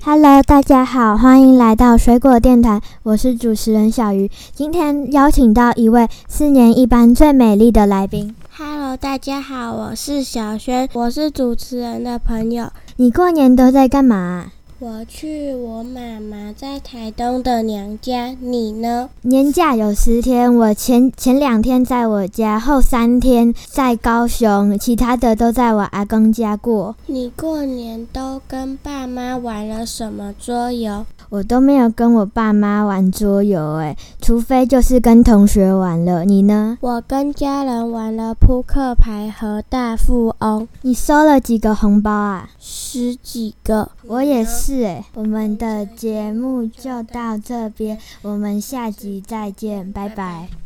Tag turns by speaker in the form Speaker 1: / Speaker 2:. Speaker 1: Hello，大家好，欢迎来到水果电台，我是主持人小鱼。今天邀请到一位四年一班最美丽的来宾。
Speaker 2: Hello，大家好，我是小轩，我是主持人的朋友。
Speaker 1: 你过年都在干嘛啊、
Speaker 2: 我去我妈妈在台东的娘家，你呢？
Speaker 1: 年假有十天，我前前两天在我家，后三天在高雄，其他的都在我阿公家过。
Speaker 2: 你过年都跟爸妈玩了什么桌游？
Speaker 1: 我都没有跟我爸妈玩桌游，诶，除非就是跟同学玩了。你呢？
Speaker 2: 我跟家人玩了扑克牌和大富翁，
Speaker 1: 你收了几个红包啊？
Speaker 2: 十几个。
Speaker 1: 我也是诶，我们的节目就到这边，我们下集再见，拜拜。